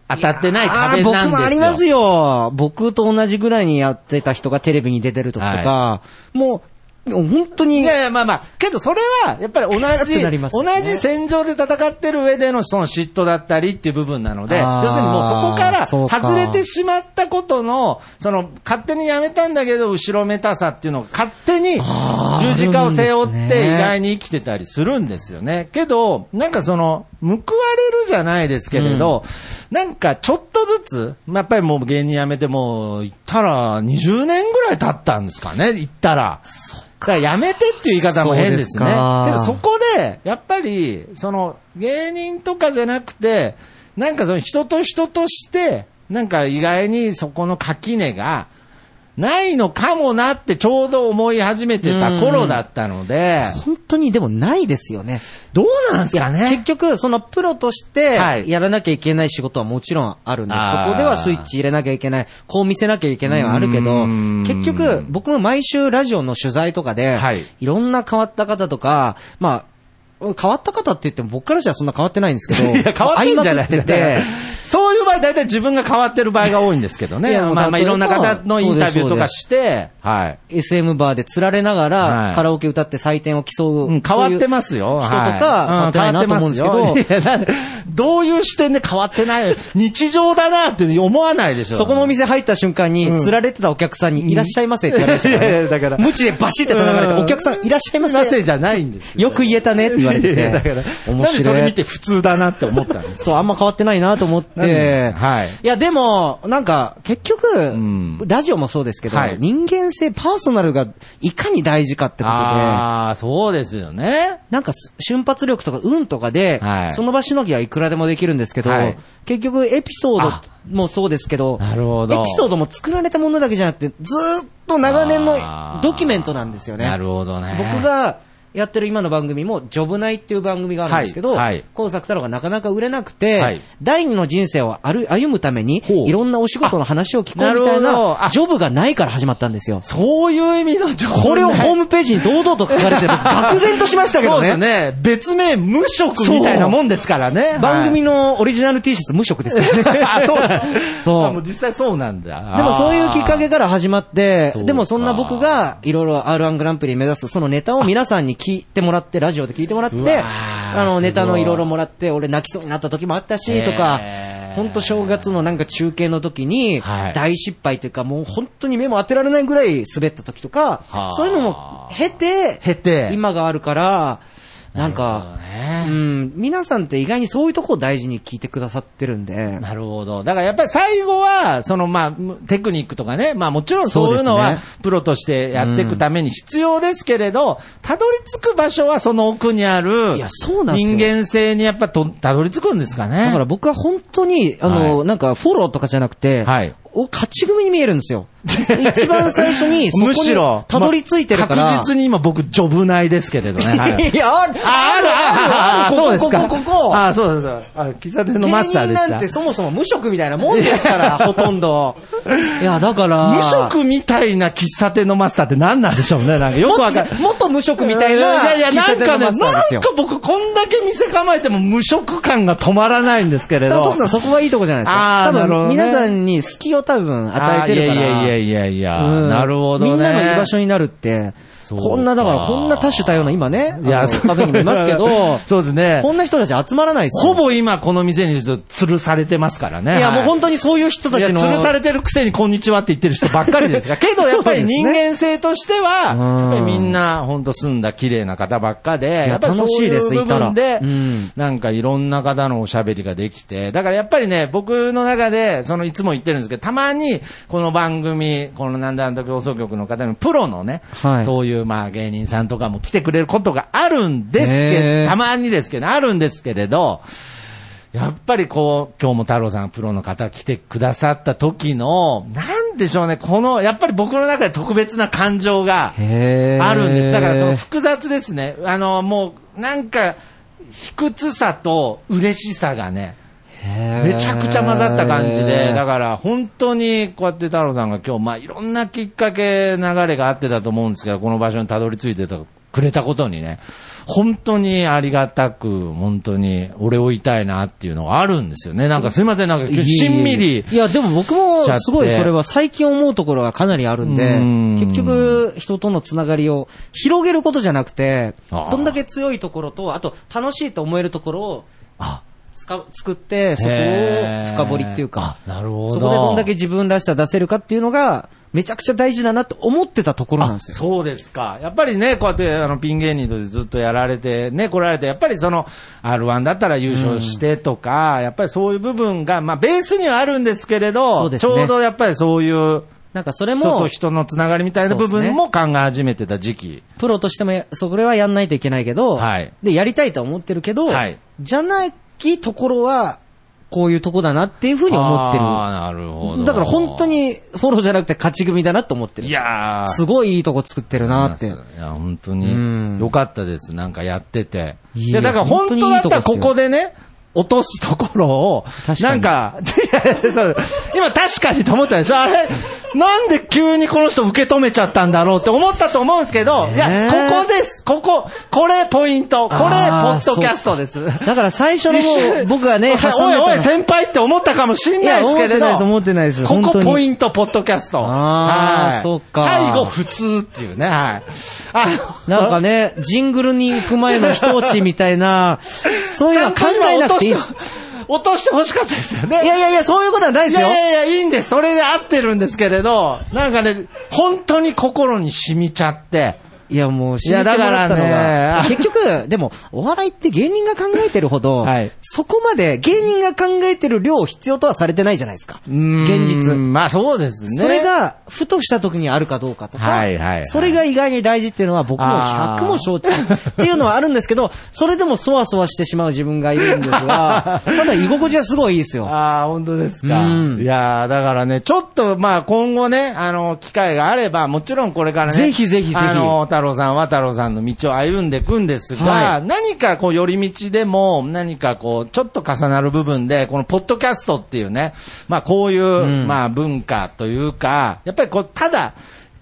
Speaker 3: 当たってない
Speaker 2: あー
Speaker 3: 壁なんですよ。
Speaker 2: 僕もありますよ。僕と同じぐらいにやってた人がテレビに出てる時とか、もう、本当に
Speaker 3: い、やいや、まあまあ、けどそれは、やっぱり同
Speaker 2: っ
Speaker 3: じ、
Speaker 2: てなります
Speaker 3: 同
Speaker 2: よね
Speaker 3: じ戦場で戦ってる上でのその嫉妬だったりっていう部分なので、
Speaker 2: あー
Speaker 3: 要するにもうそこから
Speaker 2: そうか
Speaker 3: 外れてしまったことの、その、勝手にやめたんだけど、後ろめたさっていうのを勝手に
Speaker 2: あー
Speaker 3: 十字架を背負
Speaker 2: ある
Speaker 3: っ
Speaker 2: んです
Speaker 3: て
Speaker 2: ね
Speaker 3: 意外に生きてたりするんですよね。けど、なんかその、報われるじゃないですけれど、なんかちょっとずつ、まあやっぱりもう芸人辞めてもう、行ったら20年ぐらい経ったんですかね、行ったら。だからやめてっていう言い方も変で
Speaker 2: そ
Speaker 3: すね。
Speaker 2: うですか
Speaker 3: けどそこで、やっぱり、その、芸人とかじゃなくて、なんかその人と人として、なんか意外にそこの垣根が、ないのかもなってちょうど思い始めてた頃だったので、
Speaker 2: 本当にでもないですよね。
Speaker 3: どうなんすか
Speaker 2: 結
Speaker 3: ね
Speaker 2: 局、そのプロとして
Speaker 3: はい、
Speaker 2: やらなきゃいけない仕事はもちろんあるんです。
Speaker 3: あー
Speaker 2: そこではスイッチ入れなきゃいけない、こう見せなきゃいけないはあるけ
Speaker 3: う
Speaker 2: ど、
Speaker 3: ーん
Speaker 2: 結局、僕も毎週ラジオの取材とかで、
Speaker 3: はい
Speaker 2: い、ろんな変わった方とか、まあ、変わった方って言っても僕からしたらそんな変わってないんですけど、
Speaker 3: [LAUGHS] いや、変わってんじゃな
Speaker 2: 会ま
Speaker 3: い
Speaker 2: くってて、
Speaker 3: そういう場合、大体自分が変わってる場合が多いんですけど
Speaker 2: い
Speaker 3: ね。
Speaker 2: や
Speaker 3: まあまあ、いろんな方のインタビューとかして、はい。
Speaker 2: SM バーで釣られなが
Speaker 3: は
Speaker 2: ら
Speaker 3: い
Speaker 2: カラオケ歌って採点を競う。
Speaker 3: うん、変わってますよ。
Speaker 2: そういう人と
Speaker 3: はい
Speaker 2: か、変わってないなと思うんですけ
Speaker 3: 変わっ
Speaker 2: ど
Speaker 3: て、ますよいやだどういう視点で変わってない、日常だなって思わないでしょ。
Speaker 2: そこのお店入った瞬間に、釣られてたお客さんにいらっしゃいませって言われましたから
Speaker 3: いやい
Speaker 2: ね。
Speaker 3: やだから
Speaker 2: 無知でバシって叩かれて、
Speaker 3: うん
Speaker 2: お客さんいらっしゃいま
Speaker 3: な
Speaker 2: せ
Speaker 3: ぜじゃないんです
Speaker 2: よく言えたねって言われて
Speaker 3: いやいやだ
Speaker 2: て
Speaker 3: から、。
Speaker 2: 面
Speaker 3: なんでそれ
Speaker 2: 白
Speaker 3: 見
Speaker 2: い。
Speaker 3: て普通だなって思ったんです。
Speaker 2: そう、あんま変わってないなと思っ
Speaker 3: なんで
Speaker 2: て、
Speaker 3: はい
Speaker 2: いや、でも、なんか、結局
Speaker 3: ん、
Speaker 2: ラジオもそうですけど
Speaker 3: はい、
Speaker 2: 人間性、パーソナルがいかに大事かってことで、
Speaker 3: ああ、そうですよね。
Speaker 2: なんかす瞬発力とか運とかで、
Speaker 3: はい
Speaker 2: その場しのぎはいくらでもできるんですけど、
Speaker 3: はい
Speaker 2: 結局エピソ
Speaker 3: あ
Speaker 2: ードもそうですけど、
Speaker 3: なるほど
Speaker 2: エピソードも作られたものだけじゃなくて、ずーっと長年の
Speaker 3: あー
Speaker 2: ドキュメントなんですよね。
Speaker 3: なるほどね。
Speaker 2: 僕がやってる今の番組も、ジョブナイっていう番組があるんですけど、
Speaker 3: はいはい
Speaker 2: 工作太郎がなかなか売れなくて、
Speaker 3: はい
Speaker 2: 第二の人生を歩歩むために、
Speaker 3: ほう
Speaker 2: いろんなお仕事の話を聞こ
Speaker 3: あ
Speaker 2: うみたい
Speaker 3: なるほどあ
Speaker 2: な、ジョブがないから始まったんですよ。
Speaker 3: そういう意味の情報
Speaker 2: これをホームページに堂々と書かれて
Speaker 3: [LAUGHS]
Speaker 2: ると、愕然としましたけど
Speaker 3: そうですね。別名無職みたいなもんですからね。
Speaker 2: 番組
Speaker 3: の、
Speaker 2: のオリジナル T シャツ無色ですよ
Speaker 3: [LAUGHS] あ、そうだ
Speaker 2: ね。
Speaker 3: あも
Speaker 2: [LAUGHS] そう
Speaker 3: う。実際そうなんだ。
Speaker 2: でもそういうきっかけ
Speaker 3: が。
Speaker 2: から始まって
Speaker 3: そう、か
Speaker 2: でもそんな僕がいろいろ R1 グランプリ目指すそのネタを皆さんに聞いてもらって、ラジオで聞いてもらっ
Speaker 3: うわー
Speaker 2: て、あ
Speaker 3: すご
Speaker 2: の
Speaker 3: い
Speaker 2: ネタのいろいろもらって、俺泣きそうになった時もあったし、とか
Speaker 3: へー、
Speaker 2: 本当正月のなんか中継の時に
Speaker 3: はい
Speaker 2: 大失敗というかもう本当に目も当てられないぐらい滑った時とか
Speaker 3: はあ、
Speaker 2: そういうのも経て、
Speaker 3: 経て
Speaker 2: 今があるから、なんか、
Speaker 3: ね
Speaker 2: うん、皆さんって意外にそういうとこを大事に聞いてくださってるんで。
Speaker 3: なるほど。だからやっぱり最後は、そのまあ、むテクニックとかね、まあもちろんそういうの
Speaker 2: そう
Speaker 3: は
Speaker 2: です、
Speaker 3: プロとしてやっていくために必要ですけれど、たどり着く場所はその奥にある、
Speaker 2: いやそうなんですよ
Speaker 3: 人間性にやっぱとたどり着くんですかね。
Speaker 2: だから僕は本当に、あの、
Speaker 3: はい
Speaker 2: なんかフォローとかじゃなくて、
Speaker 3: はい
Speaker 2: お勝ち組に見えるんです
Speaker 3: [LAUGHS]
Speaker 2: よ。一番最初にそこ
Speaker 3: むしろ
Speaker 2: に、たどり着いてるから。
Speaker 3: ま確実に今僕、ジョブ内ですけれどね。はい
Speaker 2: いや、ある、
Speaker 3: [LAUGHS] あ、ある、ある、ある、
Speaker 2: ここ
Speaker 3: そうですか。
Speaker 2: ここ、ここ。
Speaker 3: あ、そうそうそう。あ、喫茶店のマスターで
Speaker 2: 芸
Speaker 3: し
Speaker 2: 人な
Speaker 3: た
Speaker 2: んて。そもそも無職みたいなもんです
Speaker 3: [LAUGHS]
Speaker 2: から、ほとんど。いや、だから。
Speaker 3: 無職みたいな喫茶店のマスターって何なんでしょうね。なんかよくわかる。
Speaker 2: もっと無職みたいな。
Speaker 3: やいや、なんかね、
Speaker 2: マスター
Speaker 3: な
Speaker 2: ですよ
Speaker 3: んか僕こんだけ店構えても無職感が止まらないんですけれ
Speaker 2: 多分
Speaker 3: ど
Speaker 2: 徳。さんそこがいいとこじゃないです
Speaker 3: あー
Speaker 2: か。多
Speaker 3: なるほど
Speaker 2: 分
Speaker 3: ね
Speaker 2: 皆さんに隙を多分与えてるから。
Speaker 3: あーいやいやいややいやいや、
Speaker 2: うん
Speaker 3: なるほどね。
Speaker 2: みんなの居場所になるって、
Speaker 3: そうか
Speaker 2: こんな、だからこんな多種多様な、今ね、
Speaker 3: い
Speaker 2: あ
Speaker 3: や、
Speaker 2: の
Speaker 3: そう
Speaker 2: カフェにもいますけど、
Speaker 3: [LAUGHS] そうですね。
Speaker 2: こんな人たち集まらないです
Speaker 3: ほ
Speaker 2: よ。
Speaker 3: ぼ今この店にずっと吊るされてますからね。
Speaker 2: いや、もう本
Speaker 3: 当
Speaker 2: 当にそういう人たちの。
Speaker 3: 吊るされてるくせにこんにちはって言ってる人ばっかりで
Speaker 2: [LAUGHS]
Speaker 3: すが、けどやっぱり人間性としては、
Speaker 2: うん
Speaker 3: やっぱりみんな本当住んだ綺麗な方ばっかで、
Speaker 2: や
Speaker 3: やっぱりそう
Speaker 2: 楽しい
Speaker 3: い
Speaker 2: で
Speaker 3: う
Speaker 2: す
Speaker 3: 部分で
Speaker 2: いたらうん、
Speaker 3: なんかいろんな方のおしゃべりができて、だからやっぱりね、僕の中で、そのいつも言ってるんですけど、たまにこの番組、このなんだあの時放送局の方のプロのね、
Speaker 2: はい
Speaker 3: そういうまあ芸人さんとかも来てくれることがあるんですけ
Speaker 2: へ
Speaker 3: ど、
Speaker 2: ー
Speaker 3: たまにですけど、あるんですけれど、やっぱりこう、今日も太郎さん、プロの方来てくださった時の、なんでしょうね、この、やっぱり僕の中で特別な感情が
Speaker 2: へー
Speaker 3: あるんです。だからその複雑ですね。あの、もう、なんか、卑屈さと嬉しさがね、
Speaker 2: へー
Speaker 3: めちゃくちゃ混ざった感じで、だから本当にこうやって太郎さんが今日、まあいろんなきっかけ、流れがあってたと思うんですけど、この場所にたどり着いてたくれたことにね、本当にありがたく、本当に俺を言いたいなっていうのがあるんですよね。なんかすいません、なんか今日しんみり。
Speaker 2: いや、でも僕も
Speaker 3: しちゃって
Speaker 2: すごいそれは最近思うところがかなりあるんで、
Speaker 3: うん
Speaker 2: 結局人とのつながりを広げることじゃなくて、
Speaker 3: あー
Speaker 2: どんだけ強いところと、あと楽しいと思えるところを
Speaker 3: あ
Speaker 2: つか作って、そこを
Speaker 3: へー
Speaker 2: 深掘りっていうか、
Speaker 3: あなるほど
Speaker 2: そこでどんだけ自分らしさ出せるかっていうのが、めちゃくちゃ大事だなと思ってたところなんですよ。
Speaker 3: [LAUGHS] そうですか。やっぱりね、こうやって、あの、ピン芸人としてずっとやられて、ね、来られて、やっぱりその、R1 だったら優勝してとか、やっぱりそういう部分が、まあ、ベースにはあるんですけれ
Speaker 2: そう
Speaker 3: ど、
Speaker 2: です
Speaker 3: ち
Speaker 2: ね
Speaker 3: ょうどやっぱりそういう、
Speaker 2: なんかそれ
Speaker 3: 人と
Speaker 2: も、
Speaker 3: 人のつながりみたいな部
Speaker 2: そうですね
Speaker 3: 分も考え始めてた時期。
Speaker 2: プロとしてもや、それはやんないといけないけど、
Speaker 3: はい
Speaker 2: で、やりたいとは思ってるけど、
Speaker 3: はい
Speaker 2: じゃないところは、こういうとこだなっていうふうに思ってる。
Speaker 3: あーなるほど。
Speaker 2: だから本当、にフォローじゃなくて勝ち組だなと思ってる。
Speaker 3: いやー
Speaker 2: すごいいいとこ作ってるなって。
Speaker 3: いや、本当
Speaker 2: うん
Speaker 3: に、よかったです。なんかやってて。
Speaker 2: い
Speaker 3: い
Speaker 2: や
Speaker 3: や、だから本当だったらここでね、落とすところを
Speaker 2: 確、か
Speaker 3: な
Speaker 2: に
Speaker 3: んか、いやいやそう今確かにと思ったでしょあれ、なんで急にこの人受け止めちゃったんだろうって思ったと思うんですけど、
Speaker 2: ねえ
Speaker 3: いや、ここです。ここ、これポイント。これ、ポ
Speaker 2: あー
Speaker 3: ッドキャストです。
Speaker 2: だから最初の
Speaker 3: [LAUGHS] 一瞬
Speaker 2: 僕がね、
Speaker 3: おい
Speaker 2: 挟んでたの
Speaker 3: おいおい、先輩って思ったかもしんないですけれ
Speaker 2: いや
Speaker 3: ど。
Speaker 2: 思ってないです思ってないです本当
Speaker 3: ここ
Speaker 2: に
Speaker 3: ポイント、ポッドキャスト。
Speaker 2: あー
Speaker 3: はい
Speaker 2: そうか
Speaker 3: 最後、普通っていうね、はい。あの、
Speaker 2: なんかね、ジングルに行く前の一落ちみたいな、そういうのは考えなくていいで
Speaker 3: ち
Speaker 2: す
Speaker 3: ゃん。と今落として、落としてほしかったですよね。
Speaker 2: いやいやいや、そういうことはない
Speaker 3: い
Speaker 2: ですよ
Speaker 3: や。いやいや、いいんです。それで合ってるんですけれど、なんかね、本当に心に染みちゃって。
Speaker 2: いや、もう、知ってもらったの
Speaker 3: いやだから
Speaker 2: が。
Speaker 3: ね
Speaker 2: 結局、でも、お笑いって芸人が考えてるほど
Speaker 3: はい、
Speaker 2: そこまで芸人が考えてる量必要とはされてないじゃないですか。
Speaker 3: うーん
Speaker 2: 現実。
Speaker 3: まあそうですね。
Speaker 2: それが、ふとした時にあるかどうかとか、
Speaker 3: はいはいはい
Speaker 2: それが意外に大事っていうのは僕も100も承知っていうのはあるんですけ
Speaker 3: [LAUGHS]
Speaker 2: ど、それでもそわそわしてしまう自分がいるんです
Speaker 3: [LAUGHS]
Speaker 2: が、ただ居心地はすごいいいですよ。
Speaker 3: ああ、本当です
Speaker 2: うん
Speaker 3: いやーだからね、ちょっと、まあ、今後ね、あの、機会があれば、もちろんこれからね、
Speaker 2: ぜひぜひぜひ
Speaker 3: あの、太郎さんは太郎さんの道を歩んでいくんですが、
Speaker 2: は
Speaker 3: 何かこう、寄り道でも、何かこう、ちょっと重なる部分で、このポッドキャストっていうね、まあ、こういう、
Speaker 2: ん
Speaker 3: まあ、文化というか、やっぱりこう、ただ、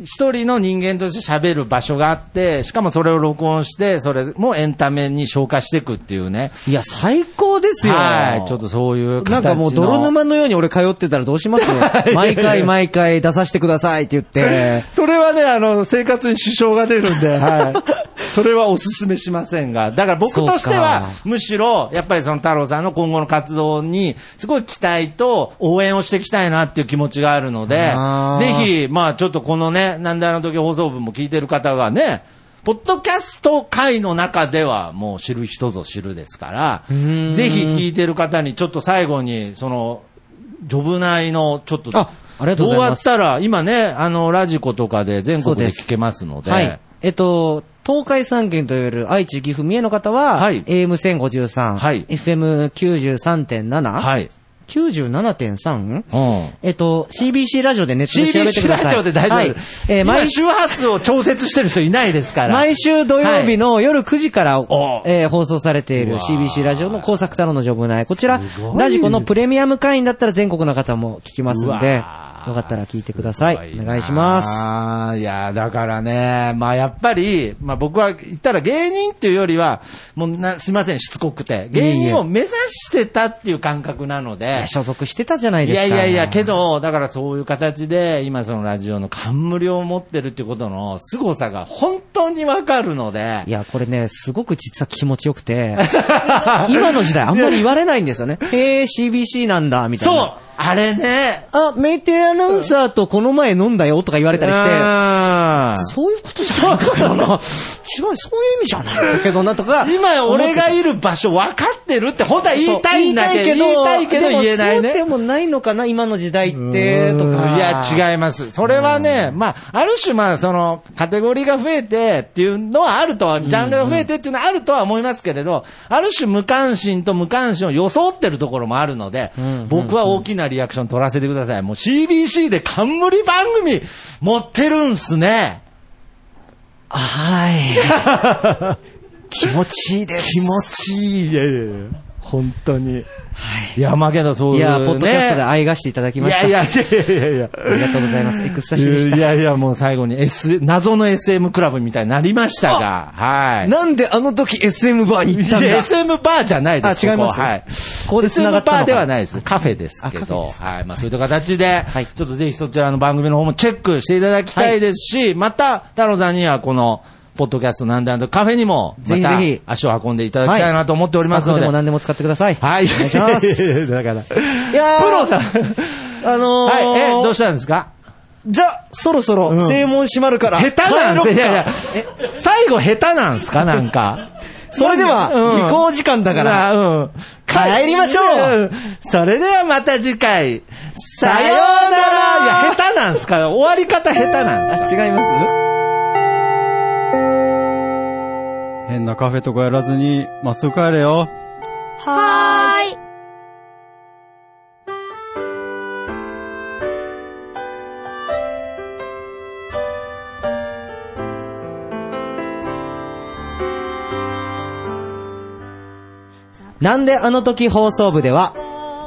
Speaker 3: 一人の人間として喋る場所があって、しかもそれを録音して、それもエンタメに消化していくっていうね。
Speaker 2: いや、最高ですよ。
Speaker 3: はい。ちょっとそういう
Speaker 2: な
Speaker 3: 形の
Speaker 2: んかもう泥沼のように俺通ってたらどうします
Speaker 3: [LAUGHS]
Speaker 2: 毎回毎回出させてくださいって言って。
Speaker 3: [LAUGHS] それはね、あの、生活に支障が出るんで、
Speaker 2: [LAUGHS]
Speaker 3: はい。それはお勧めしませんが、だから僕としては
Speaker 2: そうか、
Speaker 3: むしろ、やっぱりその太郎さんの今後の活動に、すごい期待と応援をしていきたいなっていう気持ちがあるので
Speaker 2: あー、
Speaker 3: ぜひ、まあちょっとこのね、なんであの時放送分も聞いてる方がね、ポッドキャスト界の中ではもう知る人ぞ知るですか
Speaker 2: ーん
Speaker 3: ら、ぜひ聞いてる方にちょっと最後に、その、ジョブ内のちょっと、
Speaker 2: あありがとうございます
Speaker 3: どうやったら、今ね、あの、ラジコとかで全国
Speaker 2: そう
Speaker 3: で
Speaker 2: です
Speaker 3: 聞けますので、
Speaker 2: はい。えっと、東海3県といわれる愛知、岐阜、三重の方は、
Speaker 3: はい
Speaker 2: AM1053、
Speaker 3: はい
Speaker 2: FM93.7、
Speaker 3: はい。
Speaker 2: 97.3?
Speaker 3: うん。
Speaker 2: えっと、CBC ラジオでネットで調べて
Speaker 3: CBC
Speaker 2: ください。
Speaker 3: ラジオで大丈夫です。
Speaker 2: はい。えー
Speaker 3: 今
Speaker 2: 毎週、
Speaker 3: 周波数を調節してる人いないですから。
Speaker 2: 毎週土曜日の夜9時から、
Speaker 3: お
Speaker 2: えー放送されている
Speaker 3: うわ
Speaker 2: CBC ラジオの工作太郎のジョブ内。こちら
Speaker 3: すご、い
Speaker 2: ラジコのプレミアム会員だったら全国の方も聞きます
Speaker 3: うわ
Speaker 2: ん
Speaker 3: ー
Speaker 2: で、
Speaker 3: やー
Speaker 2: よかったら聞いてください
Speaker 3: すごな
Speaker 2: お願いします
Speaker 3: あーいやー、だからね、まあやっぱり、まあ僕は言ったら芸人っていうよりは、もうな、すいません、しつこくて。芸人を目指してたっていう感覚なので。
Speaker 2: 所属してたじゃない
Speaker 3: い
Speaker 2: です
Speaker 3: や
Speaker 2: か。
Speaker 3: いやいや、けど、だからそういう形で、今そのラジオの冠を持ってるってことの凄さが本当にわかるので
Speaker 2: い、や、これね、すごく実は気持ちよく
Speaker 3: [LAUGHS]
Speaker 2: て、今の時代あんまり言われないんですよね。へえ、CBC なんだ、みたい
Speaker 3: そ
Speaker 2: な。
Speaker 3: うあれね
Speaker 2: あ、メテアナウンサーとこの前飲んだよとか言われたりして、
Speaker 3: し
Speaker 2: そういうことじゃないかな。違う、そういう意味じゃないんだけどなとか。
Speaker 3: て、今俺が
Speaker 2: い
Speaker 3: いる場所分かってるって本当は言いたいんだけど、言いたいけど言えないね
Speaker 2: そう。でもないのかな、今の時代って、とか。
Speaker 3: いや、違います。それはね、まあ、ある種、まあ、その、カテゴリーが増えてっていうのはあるとは、ジャンルが増えてっていうのはあるとは思いますけれど、ある種無関心と無関心を装ってるところもあるので、僕は大きなリアクション取らせてください。もう CBC で冠番組持ってるんすね。
Speaker 2: はい。 [LAUGHS] 気持ちいいです。
Speaker 3: 気持ちいい。いやいやいや本当に。いや、まあけどそういう、
Speaker 2: い
Speaker 3: ね。
Speaker 2: や、ポッドキャストで愛がしていただき
Speaker 3: い
Speaker 2: ました。
Speaker 3: やいやいやいやいや。
Speaker 2: ありがとうございます。エクスタシーでした
Speaker 3: い。やいや、もう最後に S、謎の SM クラブみたいになりましたが、はい。
Speaker 2: なんであの時 SM バーに行ったん
Speaker 3: いや
Speaker 2: だ
Speaker 3: SM バーじゃないです。
Speaker 2: あ違います
Speaker 3: ここはい。
Speaker 2: ここで繋がったのか
Speaker 3: SM バーではないです。カフェですけ
Speaker 2: あカフェ
Speaker 3: ど、
Speaker 2: です
Speaker 3: はい。まあそういった形で、
Speaker 2: はい
Speaker 3: ちょっとぜひそちらの番組の方もチェックしていただきたいですし、また、太郎さんにはこの、ポッドキャストなんであんとカフェにも、ま
Speaker 2: ぜひぜ
Speaker 3: た
Speaker 2: ひ
Speaker 3: 足を運んでいただきたいなと思っておりま
Speaker 2: ス
Speaker 3: すの
Speaker 2: タッフで
Speaker 3: で。
Speaker 2: も何でも使ってください。
Speaker 3: はい。
Speaker 2: お願いします。
Speaker 3: [LAUGHS] だから。
Speaker 2: いやー
Speaker 3: プロさん。
Speaker 2: あのー、
Speaker 3: はい。え、どうしたんですか
Speaker 2: じゃあ、そろそろ、正門閉まるから。
Speaker 3: 下手なん
Speaker 2: 帰ろ
Speaker 3: で
Speaker 2: っ
Speaker 3: い
Speaker 2: か
Speaker 3: やいや
Speaker 2: え、
Speaker 3: 最後下手なんすかなんか。
Speaker 2: それでは、
Speaker 3: うん
Speaker 2: 下校時間だから、
Speaker 3: なうん。
Speaker 2: 帰りましょうん
Speaker 3: それではまた次回。さようなら
Speaker 2: い
Speaker 3: い
Speaker 2: や
Speaker 3: や、下手なんすか終わり方下手なんすか
Speaker 2: あ、違います
Speaker 4: 変なカフェとかやらずに、まっすぐ帰れよ。
Speaker 5: はーい。
Speaker 2: なんであの時放送部では、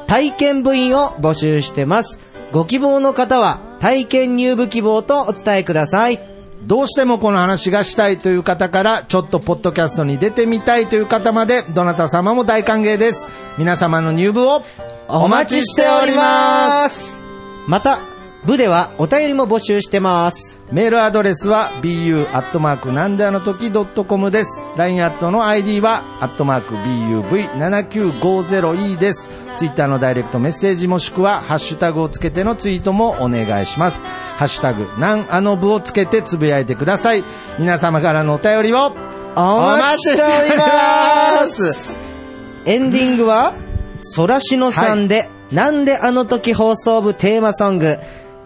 Speaker 2: 体験部員を募集してます。ご希望の方は、体験入部希望とお伝えください。
Speaker 3: どうしてもこの話がしたいという方から、ちょっとポッドキャストに出てみたいという方まで、どなた様も大歓迎です。皆様の入部をお待ちしております。
Speaker 2: す。また、部ではお便りも募集してます。
Speaker 3: メールアドレスは bu アットマークなんであの時ドットコムです。LINE アットの ID はアットマーク buv7950e です。ツイッターのダイレクトメッセージもしくはハッシュタグをつけてのツイートもお願いします。ハッシュタグなんあの部をつけてつぶやいてください。皆様からのお便りを
Speaker 2: お待ちしております。エンディングは、そらしのさんで、なんであの時放送部テーマソング、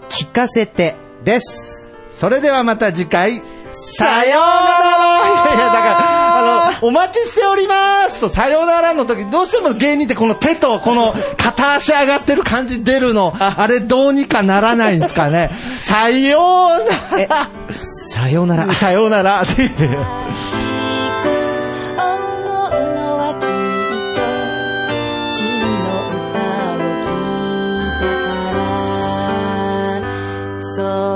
Speaker 2: 聞かせてです。
Speaker 3: それではまた次回。
Speaker 2: さようなら
Speaker 3: いやいや、だから、あの、お待ちしておりますと、さようならの時、どうしても芸人ってこの手と、この片足上がってる感じ出るの、あれどうにかならないんですかね。 [LAUGHS] さようなら。
Speaker 2: さようなら。
Speaker 3: さような [LAUGHS] ら。
Speaker 5: 思うのはきっと君の歌を聴いたからそう